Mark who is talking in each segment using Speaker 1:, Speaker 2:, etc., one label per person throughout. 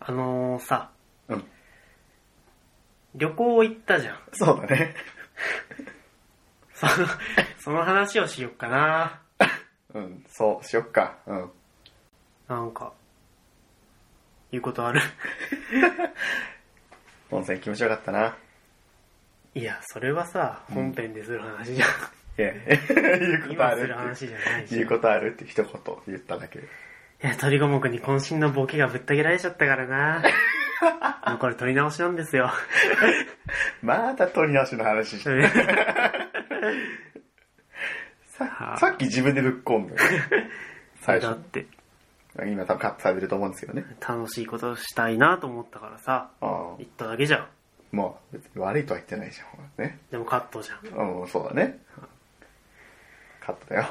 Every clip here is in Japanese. Speaker 1: あのーさ、
Speaker 2: うん。
Speaker 1: 旅行行ったじゃん。
Speaker 2: そうだね。
Speaker 1: その、その話をしよっかな。
Speaker 2: うん、そう、しよっか。うん。
Speaker 1: なんか、言うことある
Speaker 2: 温泉気持ちよかったな。
Speaker 1: いや、それはさ、本編でする話じゃん。
Speaker 2: いや、 言うことあ
Speaker 1: 今す
Speaker 2: る
Speaker 1: る
Speaker 2: って。
Speaker 1: 話じゃないし。
Speaker 2: 言うことあるって一言言っただけで。
Speaker 1: いや、鳥五目に渾身のボケがぶった切られちゃったから な。もうこれ取り直しなんですよ。
Speaker 2: また取り直しの話して。
Speaker 1: は
Speaker 2: さ
Speaker 1: あ
Speaker 2: さっき自分でぶっ込んで。 最
Speaker 1: だっ
Speaker 2: 初。
Speaker 1: て、
Speaker 2: 今多分カットされてると思うんですけどね。
Speaker 1: 楽しいことしたいなと思ったからさ、
Speaker 2: ああ
Speaker 1: 言っただけじゃん。
Speaker 2: もう、別に悪いとは言ってないじゃん。ね。
Speaker 1: でもカットじゃん。
Speaker 2: うん、そうだね。カットだよ。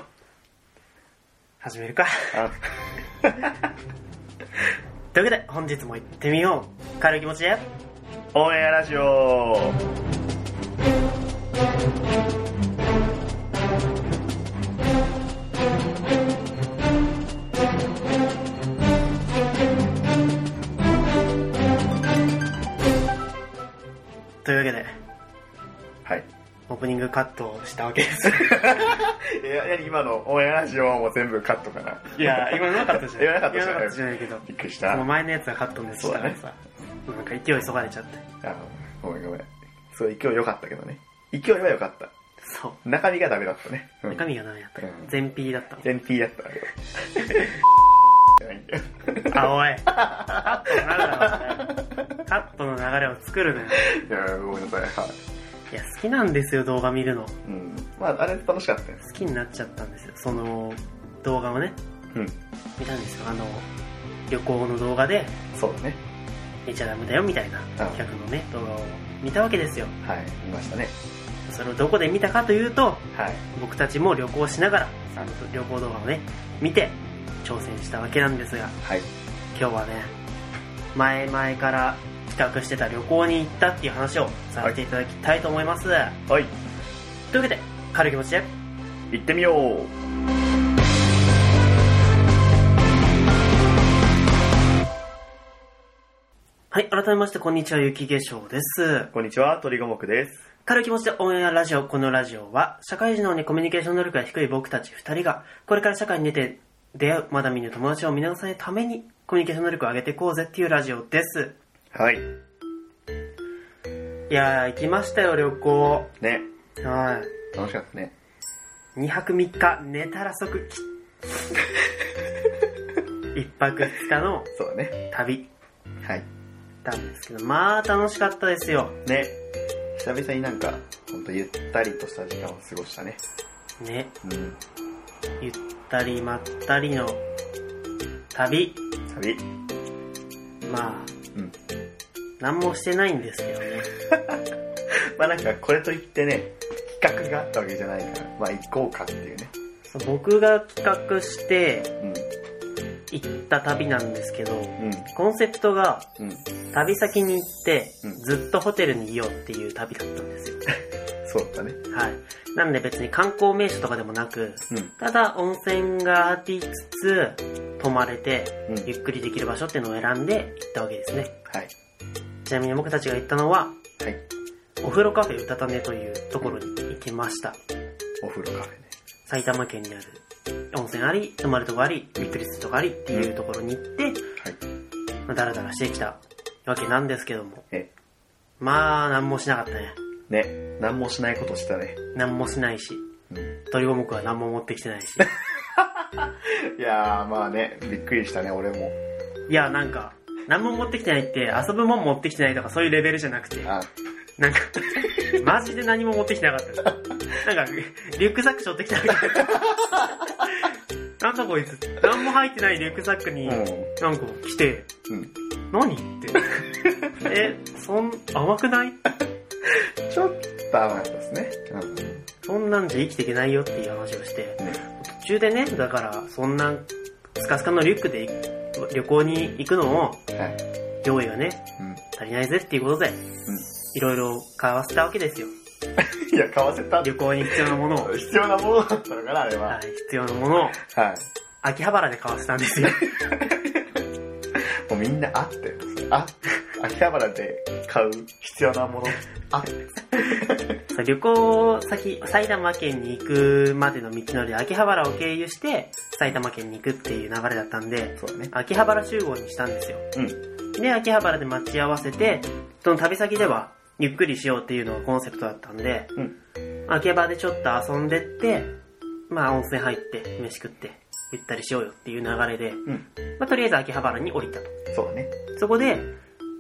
Speaker 1: 始めるか。
Speaker 2: あ
Speaker 1: というわけで、本日も行ってみよう。軽い気持ちで。
Speaker 2: オンエアラジオ
Speaker 1: というわけで、
Speaker 2: はい。
Speaker 1: オープニングカットをしたわけです。
Speaker 2: いや、やはり今のオンエアラジオはもう全部カットかな。
Speaker 1: いや、今のなかったじゃん。
Speaker 2: 言わ なかったじゃん
Speaker 1: 今のなかったじゃないけど。
Speaker 2: びっくりし
Speaker 1: その
Speaker 2: た。
Speaker 1: 前のやつはカットのやつだから
Speaker 2: そう
Speaker 1: さ、なんか勢いそがれちゃって。
Speaker 2: あごめんごめん。すごい勢い良かったけどね。勢いは良かった。
Speaker 1: そう。
Speaker 2: 中身がダメだったね。うん
Speaker 1: 中身が何やったか
Speaker 2: うん
Speaker 1: 全 P だったの。
Speaker 2: 全 P だったあれはじ ゃないんだよ。
Speaker 1: あ、おい。カットの 流れを、カットの流れを作るのよ。
Speaker 2: いや、ごめんなさい。はい。
Speaker 1: いや、好きなんですよ、動画見るの。
Speaker 2: うん。まあ、あれ楽しかったよ。
Speaker 1: 好きになっちゃったんですよ。その、動画をね、
Speaker 2: うん。
Speaker 1: 見たんですよ。あの、旅行の動画で、
Speaker 2: そうだね。
Speaker 1: 見ちゃダメだよみたいな企画のね、動画を見たわけですよ。
Speaker 2: はい。見ましたね。
Speaker 1: それをどこで見たかというと、
Speaker 2: はい。
Speaker 1: 僕たちも旅行しながら、あの旅行動画をね、見て挑戦したわけなんですが、
Speaker 2: はい。
Speaker 1: 今日はね、前々から企画してた旅行に行ったっていう話をさせていただきたいと思います。
Speaker 2: はい。
Speaker 1: というわけで、軽い気持ちで、
Speaker 2: 行ってみよう
Speaker 1: はい、改めましてこんにちは、雪化粧です。
Speaker 2: こんにちは、鳥五目です。
Speaker 1: 軽い気持ちでオンエアラジオ、このラジオは、社会人なのにコミュニケーション能力が低い僕たち二人が、これから社会に出て出会うまだ見ぬ友達を見直さないために、コミュニケーション能力を上げていこうぜっていうラジオです。
Speaker 2: はい。
Speaker 1: いやー、行きましたよ、旅行。
Speaker 2: ね。
Speaker 1: は
Speaker 2: 楽しかったね。
Speaker 1: い。2泊3日、寝たら即 帰。1泊2日の
Speaker 2: そうだね。
Speaker 1: 旅
Speaker 2: はい。
Speaker 1: だったんですけど、まあ楽しかったですよ。
Speaker 2: ね。久々になんか、ほんとゆったりとした時間を過ごしたね。
Speaker 1: ね、
Speaker 2: うん。
Speaker 1: ゆったりまったりの旅。
Speaker 2: 旅。
Speaker 1: まあ、
Speaker 2: うん。
Speaker 1: 何もしてないんですけどね。
Speaker 2: まあなんか、これといってね、企画があったわけじゃないから、まあ行こうかっていうね。
Speaker 1: そう僕が企画して
Speaker 2: うん。
Speaker 1: 行った旅なんですけど、
Speaker 2: うん。
Speaker 1: コンセプトが
Speaker 2: うん。
Speaker 1: 旅先に行って
Speaker 2: うん
Speaker 1: ずっとホテルにいようっていう旅だったんですよ。
Speaker 2: そうだね。
Speaker 1: はい。なんで別に観光名所とかでもなく、
Speaker 2: うん。
Speaker 1: ただ温泉がありつつ、泊まれて
Speaker 2: うん。
Speaker 1: ゆっくりできる場所っていうのを選んで行ったわけですね。
Speaker 2: はい。
Speaker 1: ちなみに僕たちが行ったのは、
Speaker 2: はい。
Speaker 1: お風呂カフェうたたねというところに行きました。
Speaker 2: お風呂カフェね。
Speaker 1: 埼玉県にある温泉あり、泊まるとこあり、ゆっくりするとこありっていうところに行って、
Speaker 2: はい。
Speaker 1: まあ、だらだらしてきたわけなんですけども。
Speaker 2: え、
Speaker 1: まあ、何もしなかったね。
Speaker 2: ね。何もしないことしたね。
Speaker 1: 何もしないし、
Speaker 2: うん。
Speaker 1: 鳥五目は何も持ってきてないし。
Speaker 2: いやー、まあね、びっくりしたね、俺も。
Speaker 1: いや、なんか、何も持ってきてないって、遊ぶもん持ってきてないとかそういうレベルじゃなくて、
Speaker 2: あ、
Speaker 1: なんか、マジで何も持ってきてなかったです。なんか、リュックサック背負ってきたわけだけどなんだこいつ、何も入ってないリュックサックに、
Speaker 2: う
Speaker 1: なんか
Speaker 2: ん。
Speaker 1: 来て、
Speaker 2: うん。
Speaker 1: 何って。え、そん、甘くない
Speaker 2: ちょっと甘かったですね。うん。
Speaker 1: そんなんじゃ生きていけないよっていう話をして、
Speaker 2: ね
Speaker 1: 途中でね、だから、そんな、スカスカのリュックで旅行に行くのも、
Speaker 2: はい。
Speaker 1: 用意がね、
Speaker 2: うん。
Speaker 1: 足りないぜっていうことで、いろいろ買わせたわけですよ。
Speaker 2: いや、買わせた。
Speaker 1: 旅行に必要なもの を、はい、
Speaker 2: 必要なものだったのかな、あれは。
Speaker 1: 必要なものを、
Speaker 2: はい。
Speaker 1: 秋葉原で買わせたんですよ。
Speaker 2: もうみんなあって。あ秋葉原で買う必要なもの、あって。
Speaker 1: そう旅行先、埼玉県に行くまでの道のりで秋葉原を経由して埼玉県に行くっていう流れだったんで、
Speaker 2: そうだね。
Speaker 1: 秋葉原集合にしたんですよ。
Speaker 2: うん。
Speaker 1: で、秋葉原で待ち合わせて、その旅先ではゆっくりしようっていうのがコンセプトだったんで、
Speaker 2: うん
Speaker 1: 秋葉原でちょっと遊んでって、まあ温泉入って、飯食って、ゆったりしようよっていう流れで、
Speaker 2: うん。
Speaker 1: まあとりあえず秋葉原に降りたと。
Speaker 2: そうだね。
Speaker 1: そこで、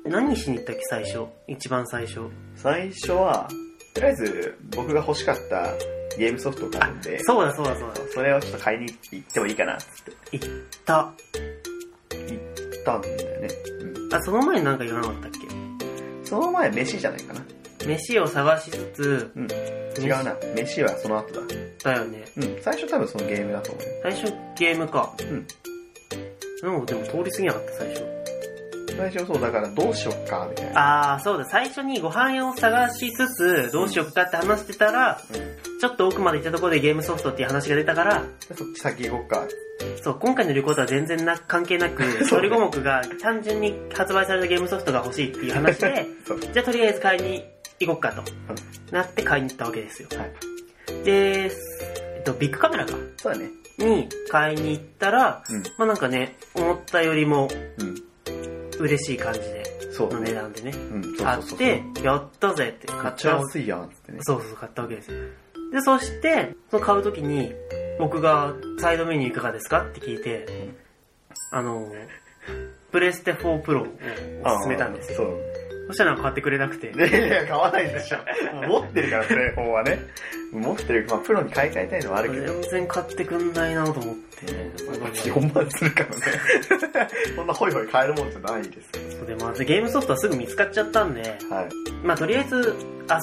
Speaker 1: 何しに行ったっけ最初。一番最初。
Speaker 2: 最初は、とりあえず僕が欲しかったゲームソフトがあるんで、
Speaker 1: そうだそうだそうだ。
Speaker 2: それをちょっと買いに行ってもいいかなっつって
Speaker 1: 行った。
Speaker 2: 行ったんだよね。うん。
Speaker 1: あ、その前になんか言わなかったっけ
Speaker 2: その前飯じゃないかな。
Speaker 1: 飯を探しつつ、
Speaker 2: うん。違うな。飯はその後だ。
Speaker 1: だよね。
Speaker 2: うん。最初多分そのゲームだと思うよ。
Speaker 1: 最初ゲームか。
Speaker 2: うん。
Speaker 1: なんかでも通り過ぎなかった最初。
Speaker 2: 最初そう、だからどうしよっか、みたいな。
Speaker 1: あー、そうだ。最初にご飯屋を探しつつ、どうしようかって話してたら、
Speaker 2: うん。で
Speaker 1: ちょっと奥まで行ったところでゲームソフトっていう話が出たから、
Speaker 2: そっち先行こうか。
Speaker 1: そう、今回の旅行とは全然な関係 なく、
Speaker 2: そう
Speaker 1: 鳥五目が単純に発売されたゲームソフトが欲しいっていう話で、
Speaker 2: そう。
Speaker 1: じゃあとりあえず買いに行こっかと、なって買いに行ったわけですよ。
Speaker 2: はい。
Speaker 1: で、えっと、ビッグカメラか。
Speaker 2: そうだね。
Speaker 1: に買いに行ったら、まあなんかね、思ったよりも
Speaker 2: うん。うん。
Speaker 1: 嬉しい感じで、
Speaker 2: そうだ
Speaker 1: の
Speaker 2: ね
Speaker 1: 値。段でね、
Speaker 2: うん。そう
Speaker 1: 買
Speaker 2: そ
Speaker 1: っ
Speaker 2: うそう。
Speaker 1: て、やったぜって
Speaker 2: め
Speaker 1: 買
Speaker 2: っ
Speaker 1: っ
Speaker 2: ち
Speaker 1: た
Speaker 2: ゃ
Speaker 1: ら、
Speaker 2: 安いやん、つってね。
Speaker 1: そうそう、買ったわけですよ。で、そして、その買うときに、僕がサイドメニューいかがですかって聞いて、あの、プレステ4プロをおすすめたんですよ。
Speaker 2: そう。
Speaker 1: そしたらなんか買ってくれなくて、
Speaker 2: いやいや、買わないでしょ。持ってるから、プレフォンはね。持ってる、まあ、プロに買い替えたいのはあるけど。
Speaker 1: 全然買ってくんないなと思って、
Speaker 2: 4万するからね。 こんなホイホイ買えるもんじゃないですけ
Speaker 1: そうで、まあ、ゲームソフトはすぐ見つかっちゃったんで、
Speaker 2: ど。はい。
Speaker 1: まあ、とりあえず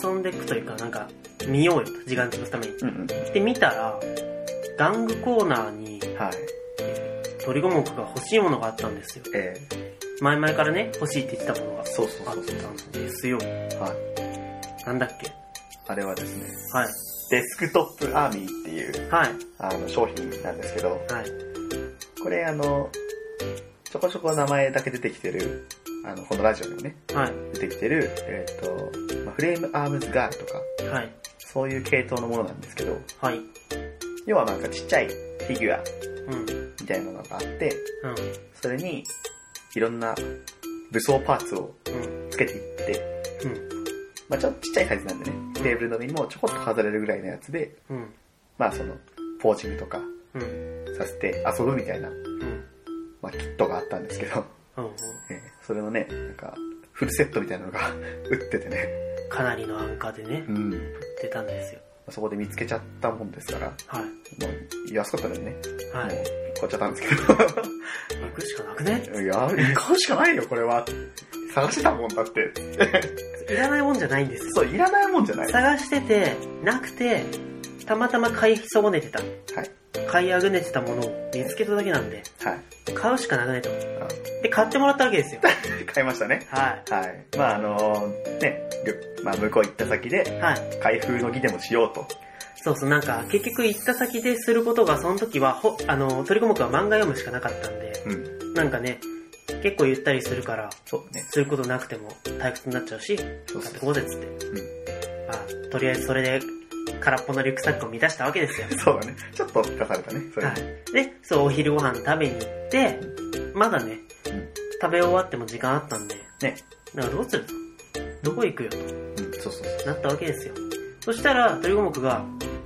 Speaker 1: 遊んでいくというか、なんか、見ようよと、時間潰すために。
Speaker 2: うんうん。
Speaker 1: で、見たら、玩具コーナーに
Speaker 2: はい。
Speaker 1: 鳥五目が欲しいものがあったんですよ。
Speaker 2: え
Speaker 1: 前々からね、欲しいって言ってたものが
Speaker 2: ー、そうそう
Speaker 1: あ
Speaker 2: そ
Speaker 1: っ
Speaker 2: うそう。
Speaker 1: たんですよ。
Speaker 2: はい。
Speaker 1: なんだっけ
Speaker 2: あれはですね、
Speaker 1: はい。
Speaker 2: デスクトップアーミーっていう、
Speaker 1: はい。
Speaker 2: あの、商品なんですけど、
Speaker 1: はい。
Speaker 2: これあの、ちょこちょこ名前だけ出てきてる、あの、このラジオでもね、
Speaker 1: はい。
Speaker 2: 出てきてる、えっ、と、まあフレームアームズガールとか、
Speaker 1: はい。
Speaker 2: そういう系統のものなんですけど、
Speaker 1: はい。
Speaker 2: 要はなんかちっちゃいフィギュア
Speaker 1: うん。
Speaker 2: みたいなのがあって、
Speaker 1: うん。
Speaker 2: それにいろんな武装パーツを
Speaker 1: うん。
Speaker 2: つけていって、
Speaker 1: うん。
Speaker 2: まあちょっとちっちゃいサイズなんでね、テーブルの上にもちょこっと飾れるぐらいのやつで、
Speaker 1: うん。
Speaker 2: まあその、ポージングとか
Speaker 1: うん。うん。
Speaker 2: させて遊ぶみたいな、
Speaker 1: うん。
Speaker 2: まあキットがあったんですけど、
Speaker 1: うん。
Speaker 2: えーそれのね、なんか、フルセットみたいなのが 売っててね、
Speaker 1: かなりの安価でね
Speaker 2: う、ん。
Speaker 1: 出たんですよ。
Speaker 2: そこで見つけちゃったもんですから、も
Speaker 1: はい。
Speaker 2: う安かったのにね、
Speaker 1: は
Speaker 2: も
Speaker 1: い。
Speaker 2: う買っちゃったんですけど。
Speaker 1: 行くしかなくね
Speaker 2: いや、買うしかないよ、これは。探してたもんだって。
Speaker 1: いらないもんじゃないんですよ。
Speaker 2: そう、いらないもんじゃない。
Speaker 1: 探してて、なくて、たまたま買い損ねてた。
Speaker 2: はい。
Speaker 1: 買いあぐねてたものを見つけただけなんで、
Speaker 2: はい。
Speaker 1: 買うしかなくねと。で、買ってもらったわけですよ。
Speaker 2: 買いましたね。
Speaker 1: は
Speaker 2: はい。まああのね、ぐまあ向こう行った先で
Speaker 1: い。はい。
Speaker 2: 開封の儀でもしようと。
Speaker 1: そうそう、なんか、結局行った先ですることが、その時は、ほ、あの、取り込むかは漫画読むしかなかったんで、
Speaker 2: うん。
Speaker 1: なんかね、結構ゆったりするから、
Speaker 2: そうね。
Speaker 1: することなくても退屈になっちゃうし、買
Speaker 2: そう
Speaker 1: って
Speaker 2: そ
Speaker 1: こ
Speaker 2: う。
Speaker 1: うぜっつって。まあ、とりあえずそれで、空っぽのリュックサックを満たしたわけですよ。
Speaker 2: そうだね。ちょっと出されたね。それ
Speaker 1: はい。で、そう、お昼ご飯食べに行って、まだね、
Speaker 2: うん
Speaker 1: 食べ終わっても時間あったんで、
Speaker 2: ね。
Speaker 1: なんかどうするとどこ行くよと
Speaker 2: うん、そうそうそう。
Speaker 1: なったわけですよ。そしたら、鳥五目が、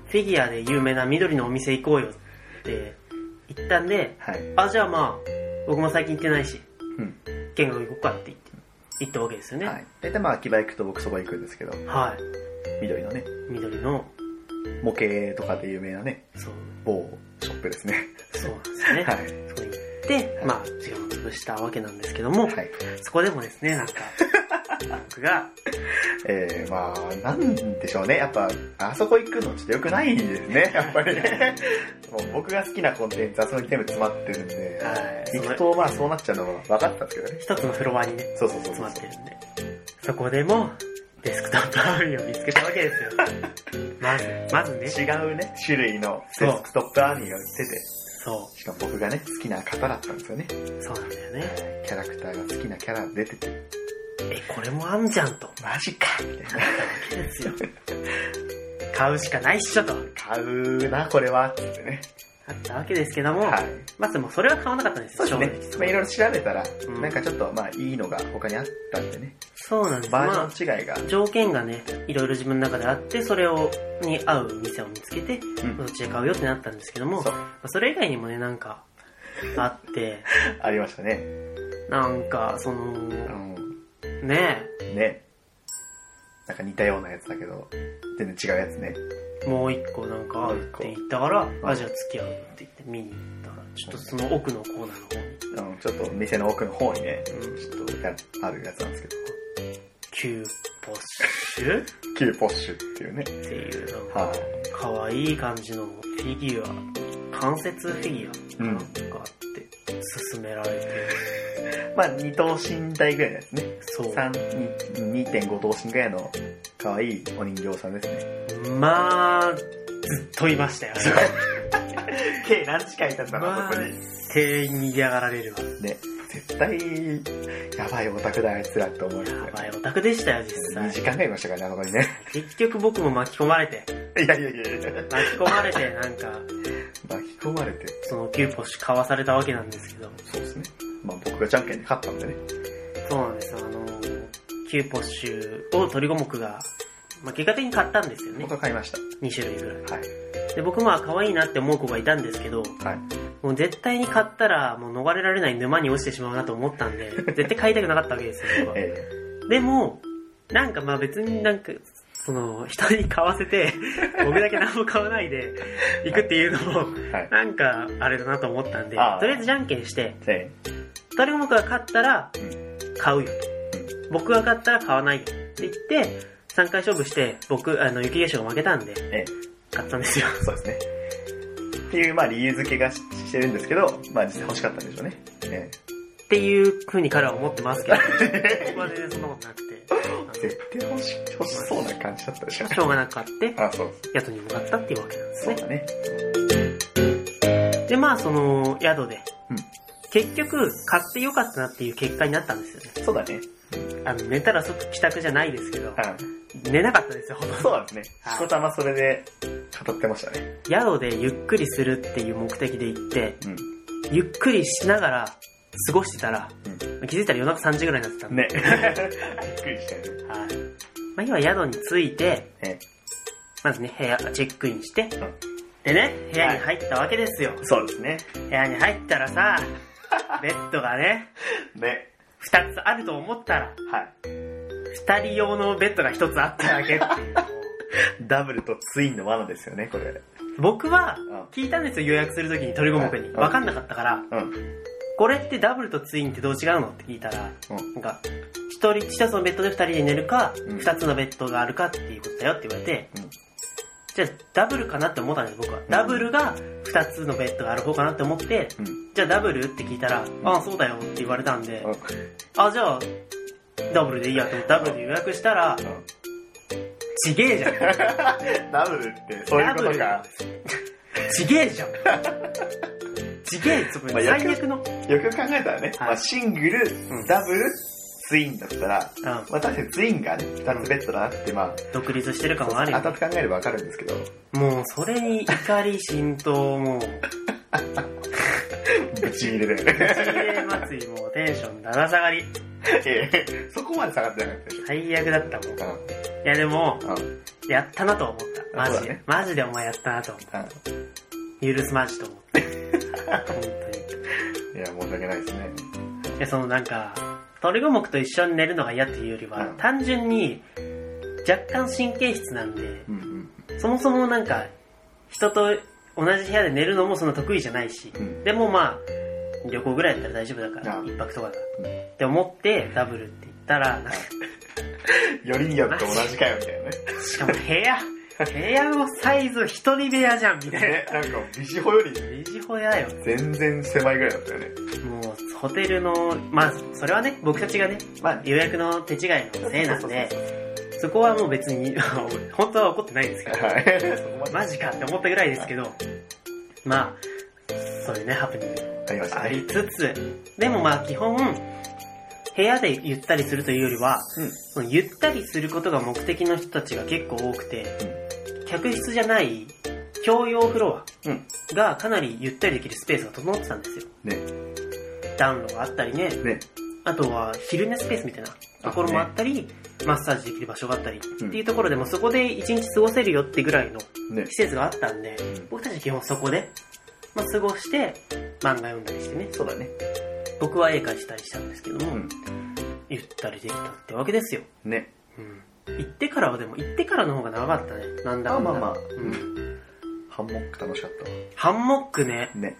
Speaker 1: フィギュアで有名な緑のお店行こうよって言ったんで、
Speaker 2: はい。
Speaker 1: あ、じゃあまあ、僕も最近行ってないし、
Speaker 2: うん。
Speaker 1: 見学行こうかって言って、行ったわけですよね。
Speaker 2: はい。大体まあ、秋葉行くと僕そこ行くんですけど、
Speaker 1: はい。
Speaker 2: 緑のね、
Speaker 1: 緑の、
Speaker 2: 模型とかで有名なね、
Speaker 1: そう、
Speaker 2: 某ショップですね。
Speaker 1: そうなんですよね。
Speaker 2: はい。
Speaker 1: そこに行って、まあ、時間を潰したわけなんですけども、
Speaker 2: はい。
Speaker 1: そこでもですね、なんか、僕が、
Speaker 2: えー、まあ、なんでしょうね。やっぱ、あそこ行くのちょっと良くないです ね、やっぱりね。もう僕が好きなコンテンツ、あそこに全部詰まってるんで、
Speaker 1: はい
Speaker 2: 行くと、まあそうなっちゃうのは分かってたんですけどね。
Speaker 1: 一つのフロアにね、
Speaker 2: そうそうそうそ
Speaker 1: 詰
Speaker 2: う
Speaker 1: まって。るんで。そこでも、デスクトップアーミーを見つけたわけですよ。まず、まずね、
Speaker 2: 違うね、種類のデスクトップアーミーが売ってて、
Speaker 1: そ
Speaker 2: しかも僕がね、好きな方だったんですよね。
Speaker 1: う。そうなんだよね。
Speaker 2: えーキャラクターが好きなキャラ出てて、
Speaker 1: え、これもあんじゃんと。
Speaker 2: マジかみたいな。
Speaker 1: ですよ。買うしかないっしょと。
Speaker 2: 買うな、これは。って言ってね。
Speaker 1: あったわけですけども、
Speaker 2: はい。
Speaker 1: まずでもそれは買わなかったんです
Speaker 2: そ
Speaker 1: よ、
Speaker 2: うですね。まあ、いろいろ調べたら、
Speaker 1: うん
Speaker 2: なんかちょっと、まあ、いいのが他にあったんでね。
Speaker 1: そうなんです。
Speaker 2: バ
Speaker 1: ま
Speaker 2: ー
Speaker 1: あ、
Speaker 2: ジョン違いが。
Speaker 1: 条件がね、いろいろ自分の中であって、それを、に合う店を見つけて、
Speaker 2: うん
Speaker 1: どっちで買うよってなったんですけども、
Speaker 2: そう。
Speaker 1: まあそれ以外にもね、なんか、あって、
Speaker 2: ありましたね。
Speaker 1: なんか、その、
Speaker 2: あの、
Speaker 1: ね
Speaker 2: ね。なんか似たようなやつだけど、全然違うやつね。
Speaker 1: え、もう一個なんかあるって言ったから、あ、じゃあ付き合うって言って見に行ったら、ちょっとその奥のコーナーの方に、
Speaker 2: あの、ちょっと店の奥の方にね、
Speaker 1: うん
Speaker 2: ちょっとやあるやつなんですけど。
Speaker 1: キューポッシュっ
Speaker 2: キューポッシュっていうね。
Speaker 1: ていう、なんか、
Speaker 2: はい。
Speaker 1: 可愛い感じのフィギュア、関節フィギュア
Speaker 2: うん
Speaker 1: なんかあって、勧められて、
Speaker 2: まあ、二等身体ぐらいのやつね。
Speaker 1: そう。
Speaker 2: 三二2.5等身ぐらいの可愛いお人形さんですね。
Speaker 1: まあ、ずっといましたよ、そこ。
Speaker 2: 計何時間いたんだろう、
Speaker 1: まあ
Speaker 2: そこに。、
Speaker 1: 店員に嫌がられるわ。
Speaker 2: ね、絶対、やばいオタクだ、あいつらって思うよね
Speaker 1: やばいオタクでしたよ、実
Speaker 2: 2
Speaker 1: 際
Speaker 2: 時。間ぐらいいましたからね、あそこにね。
Speaker 1: 結局僕も巻き込まれて、
Speaker 2: いやいやいやいや
Speaker 1: 巻き込まれて、なんか、
Speaker 2: 巻き込まれて。
Speaker 1: そのキューポッシュ買わされたわけなんですけど、
Speaker 2: そうですね。まあ僕がじゃんけんで勝ったんでね。
Speaker 1: そうなんですよ、あの、キューポッシュを鳥五目が、まあ、結果的に買ったんですよね
Speaker 2: 僕。は買いまし
Speaker 1: 2種類ぐらい。
Speaker 2: た。はい。
Speaker 1: で、僕まあ可愛いなって思う子がいたんですけど、
Speaker 2: はい。
Speaker 1: もう絶対に買ったらもう逃れられない沼に落ちてしまうなと思ったんで、絶対買いたくなかったわけですよ、僕は
Speaker 2: え
Speaker 1: でも、なんかまあ別になんか、その、人に買わせ て、僕だけ何も買わないで行くっていうのも、
Speaker 2: えはい。
Speaker 1: なんかあれだなと思ったんで、
Speaker 2: あー
Speaker 1: とりあえずじゃんけんして、
Speaker 2: え
Speaker 1: 誰も僕が勝ったら
Speaker 2: う
Speaker 1: 買うよと、僕が勝ったら買わないよって言って、3回勝負して、僕、あの、雪化粧が負けたんで、
Speaker 2: ええ
Speaker 1: 買ったんですよ。
Speaker 2: えそうですね。っていう、まあ理由付けがししてるんですけど、まあ実際欲しかったんでしょうね。え
Speaker 1: っていう風に彼は思ってます けど、僕は全然そんなことなくてあ
Speaker 2: え
Speaker 1: の、
Speaker 2: 絶対欲し欲しそうな感じだったでしょうね
Speaker 1: しょうがなく買って、
Speaker 2: あ、そう。
Speaker 1: 宿に向かったっていうわけなんです
Speaker 2: そう
Speaker 1: ね。
Speaker 2: だね。
Speaker 1: で、まあ、その、宿で、
Speaker 2: うん
Speaker 1: 結局、買ってよかったなっていう結果になったんですよね。
Speaker 2: そうだね。
Speaker 1: あの、寝たら即帰宅じゃないですけど、
Speaker 2: はい。
Speaker 1: 寝なかったですよ、ほとん
Speaker 2: そ
Speaker 1: ど。
Speaker 2: うなんですね。しこたまそれで語ってましたね。
Speaker 1: 宿でゆっくりするっていう目的で行って、
Speaker 2: うん。
Speaker 1: ゆっくりしながら過ごしてたら、気づいたら夜中3時ぐらいになってたんで、
Speaker 2: ね。 びっくりしたよね。
Speaker 1: はいまあ、今宿に着いて、
Speaker 2: え
Speaker 1: まずね、部屋、チェックインして、
Speaker 2: ん
Speaker 1: でね、部屋に入ったわけですよ。
Speaker 2: そうですね。
Speaker 1: 部屋に入ったら さ、ベッドがね、
Speaker 2: ね。
Speaker 1: 2つあると思ったら、
Speaker 2: はい。
Speaker 1: 二人用のベッドが一つあっただけっていう。
Speaker 2: ダブルとツインの罠ですよね、これ。
Speaker 1: 僕は
Speaker 2: うん
Speaker 1: 聞いたんですよ、予約するときに鳥五目に。
Speaker 2: うん
Speaker 1: わかんなかったから、
Speaker 2: うん。
Speaker 1: これってダブルとツインってどう違うのって聞いたら、
Speaker 2: うん
Speaker 1: なんか、一人、一つのベッドで二人で寝るか、
Speaker 2: うん
Speaker 1: 二つのベッドがあるかっていうことだよって言われて
Speaker 2: うん、
Speaker 1: じゃあダブルかなって思ったんです、僕は。ダブルが二つのベッドがある方かなって思って、
Speaker 2: うん。
Speaker 1: じゃあダブルって聞いたら、ああ、そうだよって言われたんで、
Speaker 2: う
Speaker 1: あ、じゃあ、ダブルでいいやと思ってダブルで予約したら、
Speaker 2: ん。
Speaker 1: ちげえじゃん。
Speaker 2: ダブルって、そういうこと
Speaker 1: ダ
Speaker 2: か。
Speaker 1: ちげえじゃん。ちげえ、つまり
Speaker 2: まあ
Speaker 1: 最悪の。
Speaker 2: よくよく考えたらね、
Speaker 1: はい
Speaker 2: まあ、シングル、
Speaker 1: うん
Speaker 2: ダブル、ツインだったら、
Speaker 1: うん、
Speaker 2: まあ、確かにツインがね、2つベッドだなって、まあ、
Speaker 1: 独立してる感はあるよ、
Speaker 2: 当たっ
Speaker 1: ね。
Speaker 2: て考えればわかるんですけど、
Speaker 1: もう、それに怒り浸透、もう、
Speaker 2: ぶち入れだよね。
Speaker 1: ちぎれ祭り、もうテンションだだ下がり。
Speaker 2: ええそこまで下がってなかったでしょ。
Speaker 1: 最悪だったもん。い
Speaker 2: うん
Speaker 1: や、でも、
Speaker 2: うん
Speaker 1: やったなと思った。マジ
Speaker 2: そう
Speaker 1: で。
Speaker 2: だね
Speaker 1: マジでお前やったなと思っ
Speaker 2: う
Speaker 1: た。許すまじと思 って。本当に。
Speaker 2: ん。いや、申し訳ないですね。
Speaker 1: いや、そのなんか、鳥五目と一緒に寝るのが嫌っていうよりは、
Speaker 2: うん
Speaker 1: 単純に、若干神経質なんで、
Speaker 2: うんうん。
Speaker 1: そもそもなんか、人と同じ部屋で寝るのもそんな得意じゃないし、
Speaker 2: うん
Speaker 1: でもまあ、旅行ぐらいだったら大丈夫だから、
Speaker 2: あ
Speaker 1: 一泊とかだ。
Speaker 2: うん
Speaker 1: って思って、ダブルって言ったら、なんか
Speaker 2: よりによって同じかよ、みたいなね。
Speaker 1: しかも部屋、部屋のサイズ一人部屋じゃん、みたい
Speaker 2: ね、なんか、ビジホより
Speaker 1: な。ビジホやよ。
Speaker 2: 全然狭いぐらいだったよね。
Speaker 1: もう、ホテルの、まあ、それはね、僕たちがね、
Speaker 2: まあ、
Speaker 1: 予約の手違いのせいなんで、そこはもう別に、 本当は 怒ってないんですけど、
Speaker 2: はい。そこまで。
Speaker 1: マジかって思ったぐらいですけど、まあ、そういうね、ハプニング
Speaker 2: ありました
Speaker 1: あ
Speaker 2: ね。
Speaker 1: りつつ、でもまあ基本、部屋でゆったりするというよりは、
Speaker 2: うん
Speaker 1: そのゆったりすることが目的の人たちが結構多くて、客室じゃない共用フロ
Speaker 2: うん
Speaker 1: アがかなりゆったりできるスペースが整ってたんですよ。
Speaker 2: ね。
Speaker 1: 暖炉があったりね、
Speaker 2: ね。
Speaker 1: あとは昼寝スペースみたいなところもあったり、マッサージできる場所があったり、
Speaker 2: うん
Speaker 1: っていうところでもそこで一日過ごせるよってぐらいの
Speaker 2: ね。
Speaker 1: 施設があったんで、僕たちは基本そこで、まあ、過ごして漫画読んだりしてね、
Speaker 2: そうだね。
Speaker 1: 僕は絵描いたりしたんですけども、
Speaker 2: うん。
Speaker 1: ゆったりできたってわけですよ。
Speaker 2: ね。
Speaker 1: うん。行ってからはでも、行ってからの方が長かったね。なんだかんだ。
Speaker 2: まあまあまあ
Speaker 1: うん。
Speaker 2: ハンモック楽しかったわ、
Speaker 1: ハンモックね
Speaker 2: ね。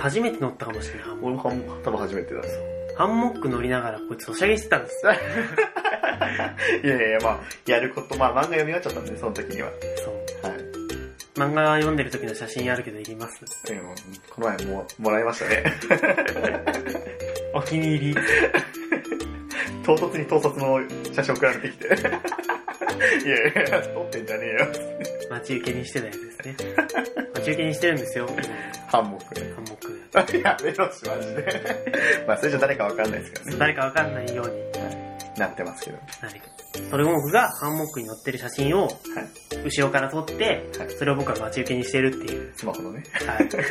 Speaker 1: 初めて乗ったかもしれない。ハンモッ
Speaker 2: 俺もハンモック多分初めてだぞ。
Speaker 1: クハンモック乗りながらこいつおしゃげしてたんですよ。
Speaker 2: いやいや、まあ、やること、まあ漫画読み終わっちゃったんで、その時には。は
Speaker 1: そう。
Speaker 2: い。
Speaker 1: 漫画読んでる時の写真あるけどいります。
Speaker 2: でもこの前も、もらいました ね。
Speaker 1: お気に入り。
Speaker 2: 唐突に唐突の写真送られてきて。いやいや、撮ってんじゃねえよ。
Speaker 1: 待ち受けにしてたやつですね。待ち受けにしてるんですよ。ハ
Speaker 2: ハンモックね。
Speaker 1: ンモック。
Speaker 2: やめろし、マジで。まあ、それじゃ誰かわかんないですからね。
Speaker 1: 誰かわかんないように。
Speaker 2: なってますけど。
Speaker 1: 何か。それも僕がハンモックに乗ってる写真を、後ろから撮って、
Speaker 2: はい
Speaker 1: それを僕は待ち受けにしてるっていう。
Speaker 2: スマホのね。
Speaker 1: はい。気持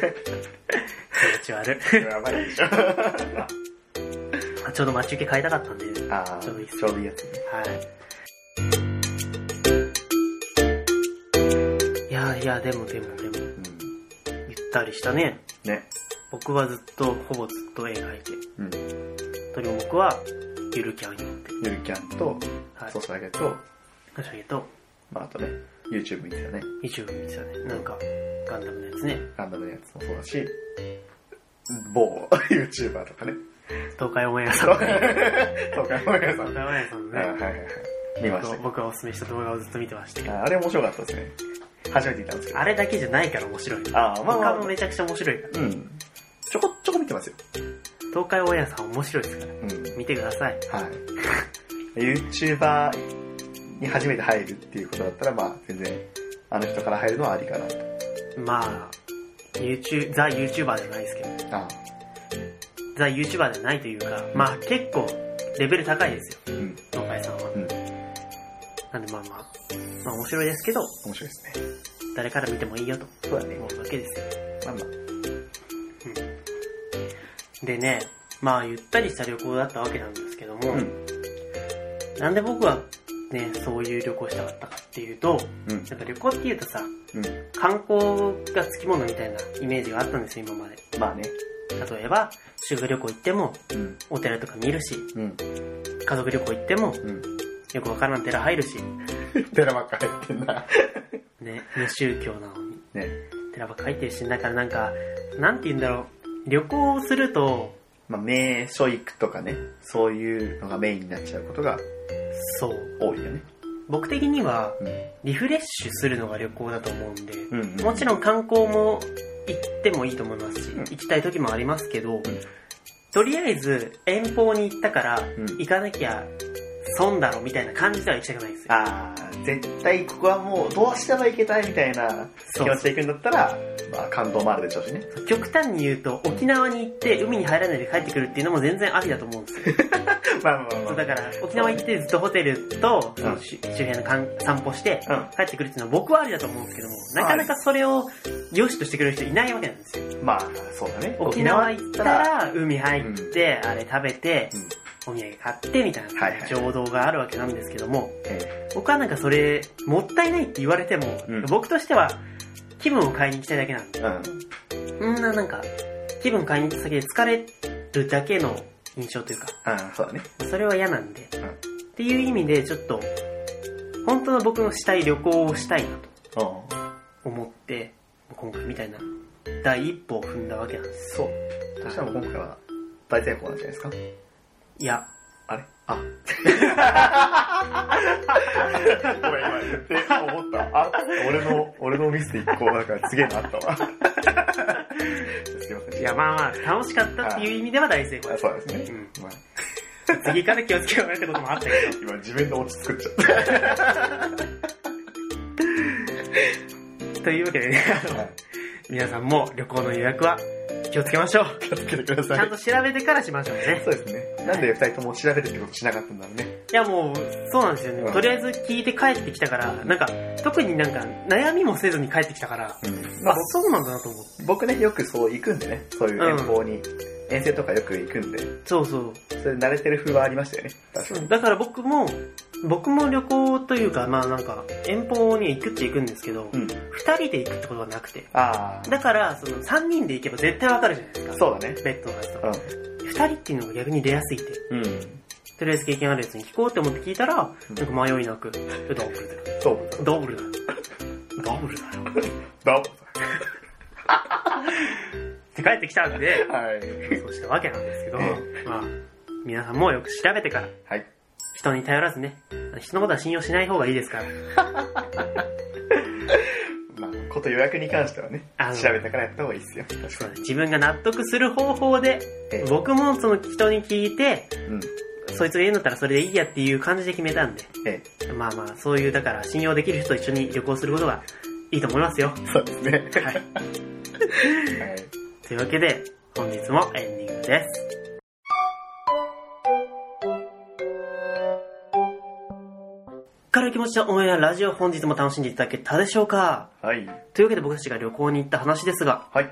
Speaker 1: ち悪い。
Speaker 2: やばいでしょ。
Speaker 1: あちょうど待ち受け変えたかったんで。はい。
Speaker 2: ああ、
Speaker 1: ちょうどいいっす
Speaker 2: ちょうどいいやつね。
Speaker 1: いやいや、でもでもでも、ゆ
Speaker 2: うん。
Speaker 1: ったりしたね。
Speaker 2: ね。
Speaker 1: 僕はずっと、ほぼずっと絵描いて。
Speaker 2: うん。
Speaker 1: とにも僕は、ゆるキャンやって。
Speaker 2: ゆるキャンと、
Speaker 1: はい。
Speaker 2: ソシャゲと、
Speaker 1: 確かにと、
Speaker 2: まあ、あとね、YouTube 見てたね。
Speaker 1: YouTube 見てたね。なんか、ガンダムのやつね。
Speaker 2: ガンダムのやつもそうだし、某 YouTuber とかね。
Speaker 1: 東海オンエアさん。
Speaker 2: とか、とか、ごめんなさい。
Speaker 1: 東海オンエアさんの
Speaker 2: あはい
Speaker 1: ね。
Speaker 2: はいはい。見ましたけど
Speaker 1: 僕がおすすめした動画をずっと見てまして。
Speaker 2: ああれ面白かったですね。初めて見たんですけど。
Speaker 1: あれだけじゃないから面白い。
Speaker 2: ああ、まあま
Speaker 1: 他
Speaker 2: あ
Speaker 1: も。めちゃくちゃ面白いから。
Speaker 2: うん。ちょこちょこ見てますよ。
Speaker 1: 東海オンエアさん面白いですから。
Speaker 2: うん。
Speaker 1: 見てください。
Speaker 2: はい。YouTuber に初めて入るっていうことだったら、まあ全然、あの人から入るのはありかなと。
Speaker 1: まあ、YouTube、ザ・ YouTuber じゃないですけど、
Speaker 2: ああ。
Speaker 1: ザ・ YouTuber じゃないというか、まあ結構レベル高いですよ、
Speaker 2: うん。
Speaker 1: 東海さんは。
Speaker 2: うん
Speaker 1: なんでまあまあ、まあ面白いですけど、
Speaker 2: 面白いですね。
Speaker 1: 誰から見てもいいよと
Speaker 2: そうだね。
Speaker 1: 思うわけですよ。
Speaker 2: まあまあ。
Speaker 1: でね、まあゆったりした旅行だったわけなんですけども、
Speaker 2: うん。
Speaker 1: なんで僕はね、そういう旅行したかったかっていうと、
Speaker 2: うん。
Speaker 1: やっぱ旅行っていうとさ、
Speaker 2: うん。
Speaker 1: 観光がつきものみたいなイメージがあったんですよ、今まで。
Speaker 2: まあね。
Speaker 1: 例えば、修学旅行行っても、
Speaker 2: うん。
Speaker 1: お寺とか見るし、
Speaker 2: うん。
Speaker 1: 家族旅行行っても、
Speaker 2: うん。
Speaker 1: よくわからん寺入るし、
Speaker 2: 寺ばっか入ってんな。
Speaker 1: ね、無宗教なのに、
Speaker 2: ね。
Speaker 1: 寺ばっか入ってるし、だからなんか、なんて言うんだろう、旅行をすると、
Speaker 2: まあ名所行くとかね、そういうのがメインになっちゃうことが
Speaker 1: そう、
Speaker 2: 多いよね。
Speaker 1: 僕的には、
Speaker 2: う
Speaker 1: リフレッシュするのが旅行だと思うんで、
Speaker 2: ん。うん、
Speaker 1: もちろん観光も行ってもいいと思いますし、
Speaker 2: うん
Speaker 1: 行きたい時もありますけど、とりあえず遠方に行ったから、
Speaker 2: ん
Speaker 1: 行かなきゃ損だろみたいな感じでは行きたくないんですよ。
Speaker 2: ああ、絶対ここはもうどうしても行けたいみたいな気
Speaker 1: そう
Speaker 2: 持ちで行くんだったら、まあ感動もあるでしょうしね。
Speaker 1: 極端に言うと、沖縄に行って海に入らないで帰ってくるっていうのも全然ありだと思うんですよ
Speaker 2: まあまあ
Speaker 1: そうだから、沖縄行ってずっとホテルと、その周辺のかん散歩して、
Speaker 2: まあ。
Speaker 1: 帰ってくるっていうのは僕はありだと思うんですけども、なかなかそれを良しとしてくれる人いないわけなんですよ。
Speaker 2: うん。まあ、そうだね。
Speaker 1: 沖縄行ったら、海入って、あれ食べて、
Speaker 2: うん、
Speaker 1: お土産買ってみたい
Speaker 2: はいは
Speaker 1: ない情動があるわけなんですけども、
Speaker 2: え
Speaker 1: 僕はなんかそれ、もったいないって言われても
Speaker 2: うん、
Speaker 1: 僕としては気分を買いに行きたいだけなんで、
Speaker 2: えうん。
Speaker 1: そんななんか、気分買いに行った先で疲れるだけの印象というか、
Speaker 2: あそうだね。
Speaker 1: それは嫌なんで、っ
Speaker 2: ん
Speaker 1: ていう意味でちょっと本当の僕のしたい旅行をしたいなと
Speaker 2: うん。
Speaker 1: 思って今回みたいな第一歩を踏んだわけなんです
Speaker 2: そう。そしたらもう今回は大成功なんじゃないですか
Speaker 1: いや
Speaker 2: あれあ。ごめん、今言って思った。あ、俺の、俺のミスで一個、なんかすげえなあったわ。すいません。
Speaker 1: いやまあまあ楽しかったっていう意味では大成功
Speaker 2: あ
Speaker 1: です
Speaker 2: そうですね。
Speaker 1: う
Speaker 2: まあ、
Speaker 1: 次から気をつけようねってこともあったけど
Speaker 2: 今自分で落ち作っちゃった。
Speaker 1: というわけでねあの皆さんも旅行の予約は気をつけましょう。
Speaker 2: 気をつけてくだ
Speaker 1: ち
Speaker 2: さ
Speaker 1: ゃ
Speaker 2: い
Speaker 1: ん。と調べてからしましょうね。
Speaker 2: そうですね。なんで二人とも調べるってことしなかったんだろうね。
Speaker 1: いやもう、そうなんですよね。とりあえず聞いて帰ってきたから、なんか、特になんか、悩みもせずに帰ってきたから、
Speaker 2: うん。ま
Speaker 1: あ
Speaker 2: あ、、
Speaker 1: そうなんだなと思って。
Speaker 2: 僕ね、よくそう行くんでね。そういう遠方に。遠征とかよく行くんで。
Speaker 1: そうそう。
Speaker 2: それ慣れてる風はありましたよね。確かに。
Speaker 1: だから僕も、僕も旅行というか、まあなんか、遠方に行くって行くんですけど、
Speaker 2: うん。
Speaker 1: 二人で行くってことはなくて。
Speaker 2: あ
Speaker 1: だから、その三人で行けば絶対わかるじゃないです
Speaker 2: あ。
Speaker 1: か。
Speaker 2: そうだね。
Speaker 1: ベッドのやつとか。二人っていうのが逆に出やすいって。
Speaker 2: うん。うん。
Speaker 1: とりあえず経験あるやつに聞こうって思って聞いたら、
Speaker 2: うん
Speaker 1: なんか迷いなく、ドブルだよ。
Speaker 2: そう。
Speaker 1: ドブルだよ。ドブルだよ。っ
Speaker 2: ど
Speaker 1: て帰ってきたんで
Speaker 2: う、はい。
Speaker 1: そうしたわけなんですけど、
Speaker 2: え
Speaker 1: まあ、皆さんもよく調べてから、
Speaker 2: はい。
Speaker 1: 人に頼らずね、人のことは信用しない方がいいですから。
Speaker 2: まあ、こと予約に関してはね
Speaker 1: あ、の
Speaker 2: 調べたからやった方がいいっすよ。確
Speaker 1: そうね自分が納得する方法で、
Speaker 2: ええ
Speaker 1: 僕もその人に聞いて、
Speaker 2: うん。
Speaker 1: そいつが言うんだったらそれでいいやっていう感じで決めたんで、
Speaker 2: え
Speaker 1: まあまあ、そういう、だから信用できる人と一緒に旅行することがいいと思いますよ。
Speaker 2: え、そうですね。
Speaker 1: はい。
Speaker 2: はい。
Speaker 1: というわけで、本日もエンディングです。軽い気持ちのオンエアラジオ本日も楽しんでいただけたでしょうか
Speaker 2: はい。
Speaker 1: というわけで僕たちが旅行に行った話ですが、
Speaker 2: はい。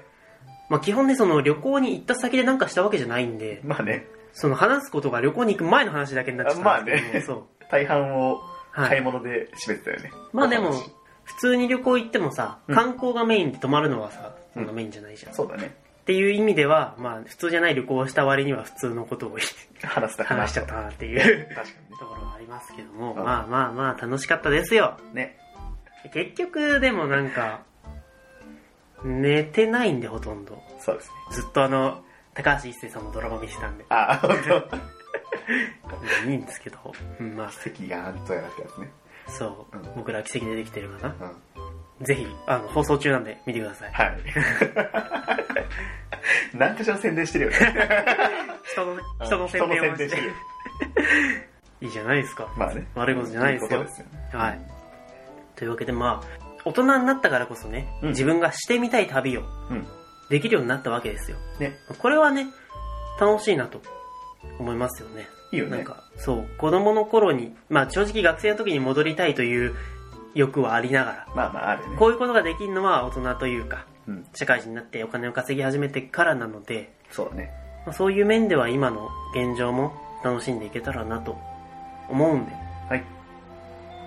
Speaker 1: まあ基本ね、その旅行に行った先でなんかしたわけじゃないんで、
Speaker 2: まあね、
Speaker 1: その話すことが旅行に行く前の話だけになっちゃったんですけど、
Speaker 2: 大半を
Speaker 1: そう。は
Speaker 2: 買い
Speaker 1: い。
Speaker 2: 物で締めてたよね。
Speaker 1: まあでも
Speaker 2: お話、
Speaker 1: 普通に旅行行ってもさ、
Speaker 2: うん
Speaker 1: 観光がメインで泊まるのはさ、そんなメインじゃないじゃん。
Speaker 2: そうだね。
Speaker 1: っていう意味では、まあ普通じゃない旅行をした割には普通のことを
Speaker 2: 話した
Speaker 1: 話しちゃったなっていう
Speaker 2: 確か
Speaker 1: ところがありますけども、
Speaker 2: うん
Speaker 1: まあまあまあ楽しかったですよ。
Speaker 2: にね。ね。
Speaker 1: 結局でもなんか、寝てないんでほとんど。
Speaker 2: そうですね。
Speaker 1: ずっとあの、高橋一生さんのドラマ見てたんで、
Speaker 2: ああ、ほんと。
Speaker 1: いいんですけど、うんまあ
Speaker 2: 席があんとやらってやつね。
Speaker 1: そう、
Speaker 2: うん
Speaker 1: 僕ら奇跡でできてるか
Speaker 2: うん。
Speaker 1: な。ぜひ、あの、放送中なんで見てください。
Speaker 2: はい。 何かしら宣伝してるよね。
Speaker 1: 人のね、 人の宣伝をして。
Speaker 2: る。
Speaker 1: いいじゃないですか。
Speaker 2: まあね。
Speaker 1: 悪いことじゃないですよ
Speaker 2: いいことですよね。
Speaker 1: はい。というわけでまあ、大人になったからこそね、
Speaker 2: うん
Speaker 1: 自分がしてみたい旅を
Speaker 2: うん。
Speaker 1: できるようになったわけですよ。
Speaker 2: ね。
Speaker 1: これはね、楽しいなと思いますよね。
Speaker 2: いいよね。
Speaker 1: なんか、そう、子供の頃に、まあ正直学生の時に戻りたいという欲はありながら、
Speaker 2: まあまあ、あるよね。
Speaker 1: こういうことができるのは大人というか、
Speaker 2: うん。
Speaker 1: 社会人になってお金を稼ぎ始めてからなので、
Speaker 2: そうだね。
Speaker 1: まあそういう面では今の現状も楽しんでいけたらなと思うんで、
Speaker 2: はい。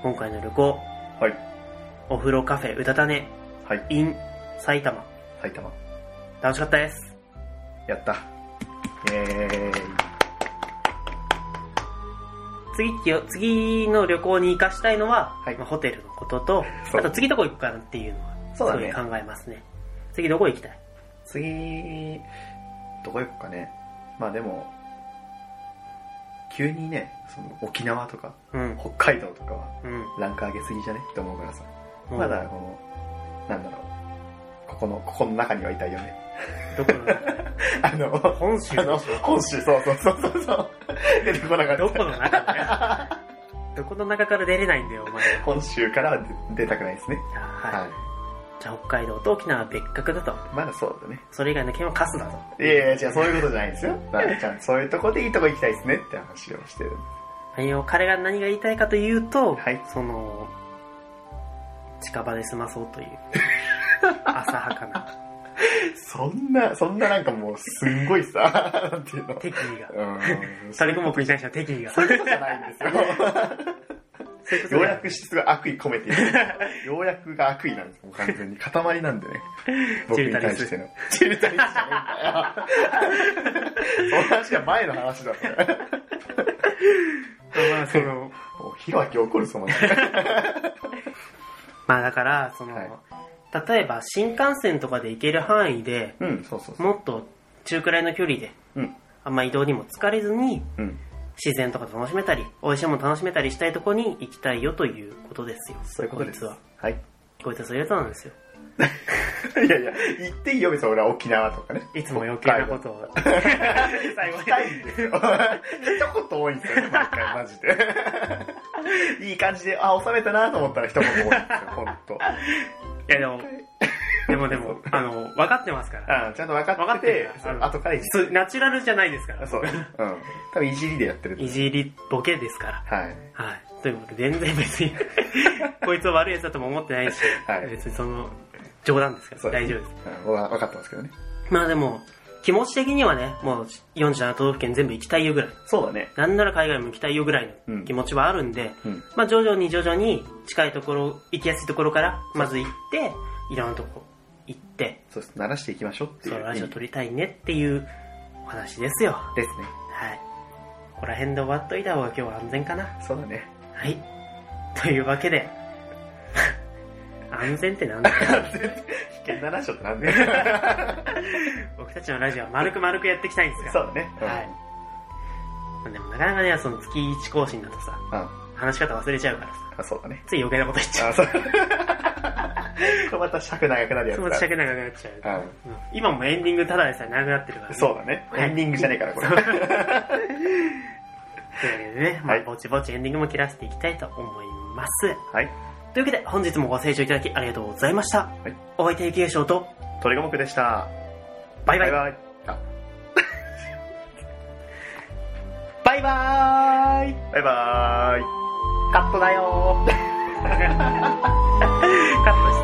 Speaker 1: 今回の旅行、
Speaker 2: はい。
Speaker 1: お風呂カフェ、うたたね、
Speaker 2: はい。
Speaker 1: in 埼玉、
Speaker 2: 埼玉。
Speaker 1: 楽しかったです。
Speaker 2: やった。え
Speaker 1: 次きよ、次の旅行に行かしたいのは、
Speaker 2: はい
Speaker 1: まあホテルのことと、
Speaker 2: そう
Speaker 1: あと次どこ行くかなっていうのは、す
Speaker 2: そうだ
Speaker 1: ご
Speaker 2: ね
Speaker 1: い考えますね。次どこ行きたい
Speaker 2: 次、どこ行こうかね。まあでも、急にね、その沖縄とか、
Speaker 1: うん。
Speaker 2: 北海道とかは
Speaker 1: うん。
Speaker 2: ランク上げすぎじゃねって思うからさ。まだこの、なんだろう。ここの、ここの中にはいたいよね。
Speaker 1: どこの中
Speaker 2: あの、
Speaker 1: 本州
Speaker 2: あの、本州、そうそうそうそうそう。出てこなか
Speaker 1: ど
Speaker 2: っ
Speaker 1: こ
Speaker 2: た。
Speaker 1: の中だ よ。どこの中から出れないんだよ、お前は。
Speaker 2: 本州からは出出たくないですね。
Speaker 1: はい。
Speaker 2: はい。
Speaker 1: じゃあ、北海道と沖縄は別格だと。
Speaker 2: まだそうだね。
Speaker 1: それ以外の県はカスだと。
Speaker 2: いやいや、違う、そういうことじゃないですよ。まあちゃんとそういうとこでいいとこ行きたいですねって話をしてる。
Speaker 1: いや彼が何が言いたいかというと、
Speaker 2: はい
Speaker 1: その、近場で済まそうと いう、浅はかな
Speaker 2: そんな、そんななんかもう、すんごいさ、なんていうの。
Speaker 1: 敵意が。
Speaker 2: うん。
Speaker 1: タレコモクに対しての敵意が。
Speaker 2: そういうことじゃないんですよ。
Speaker 1: そういうこと
Speaker 2: よう
Speaker 1: で
Speaker 2: やくしてすごい悪意込めてる。ようやくが悪意なんですよ、もう完全に。塊なん でね。僕に対しての。チルタリスじゃねえんだよ。その話は前の話だから。
Speaker 1: まあその
Speaker 2: もう、ひろあき怒るその
Speaker 1: まあだから、その、
Speaker 2: はい
Speaker 1: 例えば新幹線とかで行ける範囲で
Speaker 2: うん、そうそうそう。
Speaker 1: もっと中くらいの距離で、
Speaker 2: うん。
Speaker 1: あんま移動にも疲れずに、
Speaker 2: うん。
Speaker 1: 自然とか楽しめたり、美味しいもの楽しめたりしたいとこに行きたいよということですよ。
Speaker 2: そういうことです。
Speaker 1: こいつは。
Speaker 2: はい。
Speaker 1: こいつはそういうことなんですよ。
Speaker 2: いやいや、言っていいよ、別に俺は沖縄とかね。
Speaker 1: いつも余計なことを。 最後
Speaker 2: 行きたいんですよ。一言多いんですよね、毎回、マジ で。いい感じで、あ、収めたなと思ったら一言多いんですよ、ほんと。
Speaker 1: いやでも、でもでも、あの、分かってますから。
Speaker 2: あーちゃんと分
Speaker 1: 分
Speaker 2: か
Speaker 1: か
Speaker 2: っ
Speaker 1: ってて
Speaker 2: て
Speaker 1: る、
Speaker 2: そう
Speaker 1: あの
Speaker 2: 後からいじ
Speaker 1: そう、ナチュラルじゃないですから。
Speaker 2: そう。うん。多分いじりでやってると
Speaker 1: い
Speaker 2: 思う。
Speaker 1: じり、ボケですから。
Speaker 2: はい。
Speaker 1: はい。ということで、全然別に、 こいつは悪い奴だとも思ってないし、
Speaker 2: はい
Speaker 1: 別にその、冗談ですから、
Speaker 2: そう
Speaker 1: 大丈夫です。
Speaker 2: うんわ分かってますけどね。
Speaker 1: まあでも、気持ち的にはね、もう47都道府県全部行きたいよぐらい。
Speaker 2: そうだね。
Speaker 1: なんなら海外も行きたいよぐらいうの
Speaker 2: ん
Speaker 1: 気持ちはあるんで、
Speaker 2: うん。
Speaker 1: まあ徐々に徐々に近いところ、行きやすいところから、まず行って、いろんなとこ行って、
Speaker 2: そうです。鳴らしていきましょうってい。
Speaker 1: そうのラジオ撮りたいねっていうお話ですよ。は
Speaker 2: ですね。
Speaker 1: い。ここら辺で終わっといた方が今日は安全かな。
Speaker 2: そうだね。
Speaker 1: はい。というわけで、安全って なんだよ
Speaker 2: 危険なラジオってなん だよ。
Speaker 1: 僕たちのラジオは丸く丸くやっていきたいんです
Speaker 2: そ
Speaker 1: よ。
Speaker 2: うだね。
Speaker 1: はいまあでもなかなかね、その月1更新だとさ、
Speaker 2: うん。うん。
Speaker 1: 話し方忘れちゃうからさ、
Speaker 2: あ、そうだね。
Speaker 1: つい余計なこと言っちゃう。
Speaker 2: あ、そう。これ また尺長くなるや
Speaker 1: 気
Speaker 2: つ
Speaker 1: 持ち尺長くなっちゃう。
Speaker 2: だ。
Speaker 1: うん今もエンディングただでさえ長くなってるから、
Speaker 2: うん。
Speaker 1: ね。
Speaker 2: そうだね。
Speaker 1: はい
Speaker 2: エンディングじゃねえから、これ。
Speaker 1: そうというわけでね、ま
Speaker 2: は
Speaker 1: あ、
Speaker 2: い
Speaker 1: ぼちぼちエンディングも切らせていきたいと思います。
Speaker 2: はい。
Speaker 1: というわけで、本日もご清聴いただきありがとうございました。
Speaker 2: い
Speaker 1: お相手、ゆきえしょうと、
Speaker 2: 鳥五目でした。
Speaker 1: バイバイ。
Speaker 2: バイバイ。
Speaker 1: バイバーイ
Speaker 2: あバイバイ。
Speaker 1: カットだよーカットして。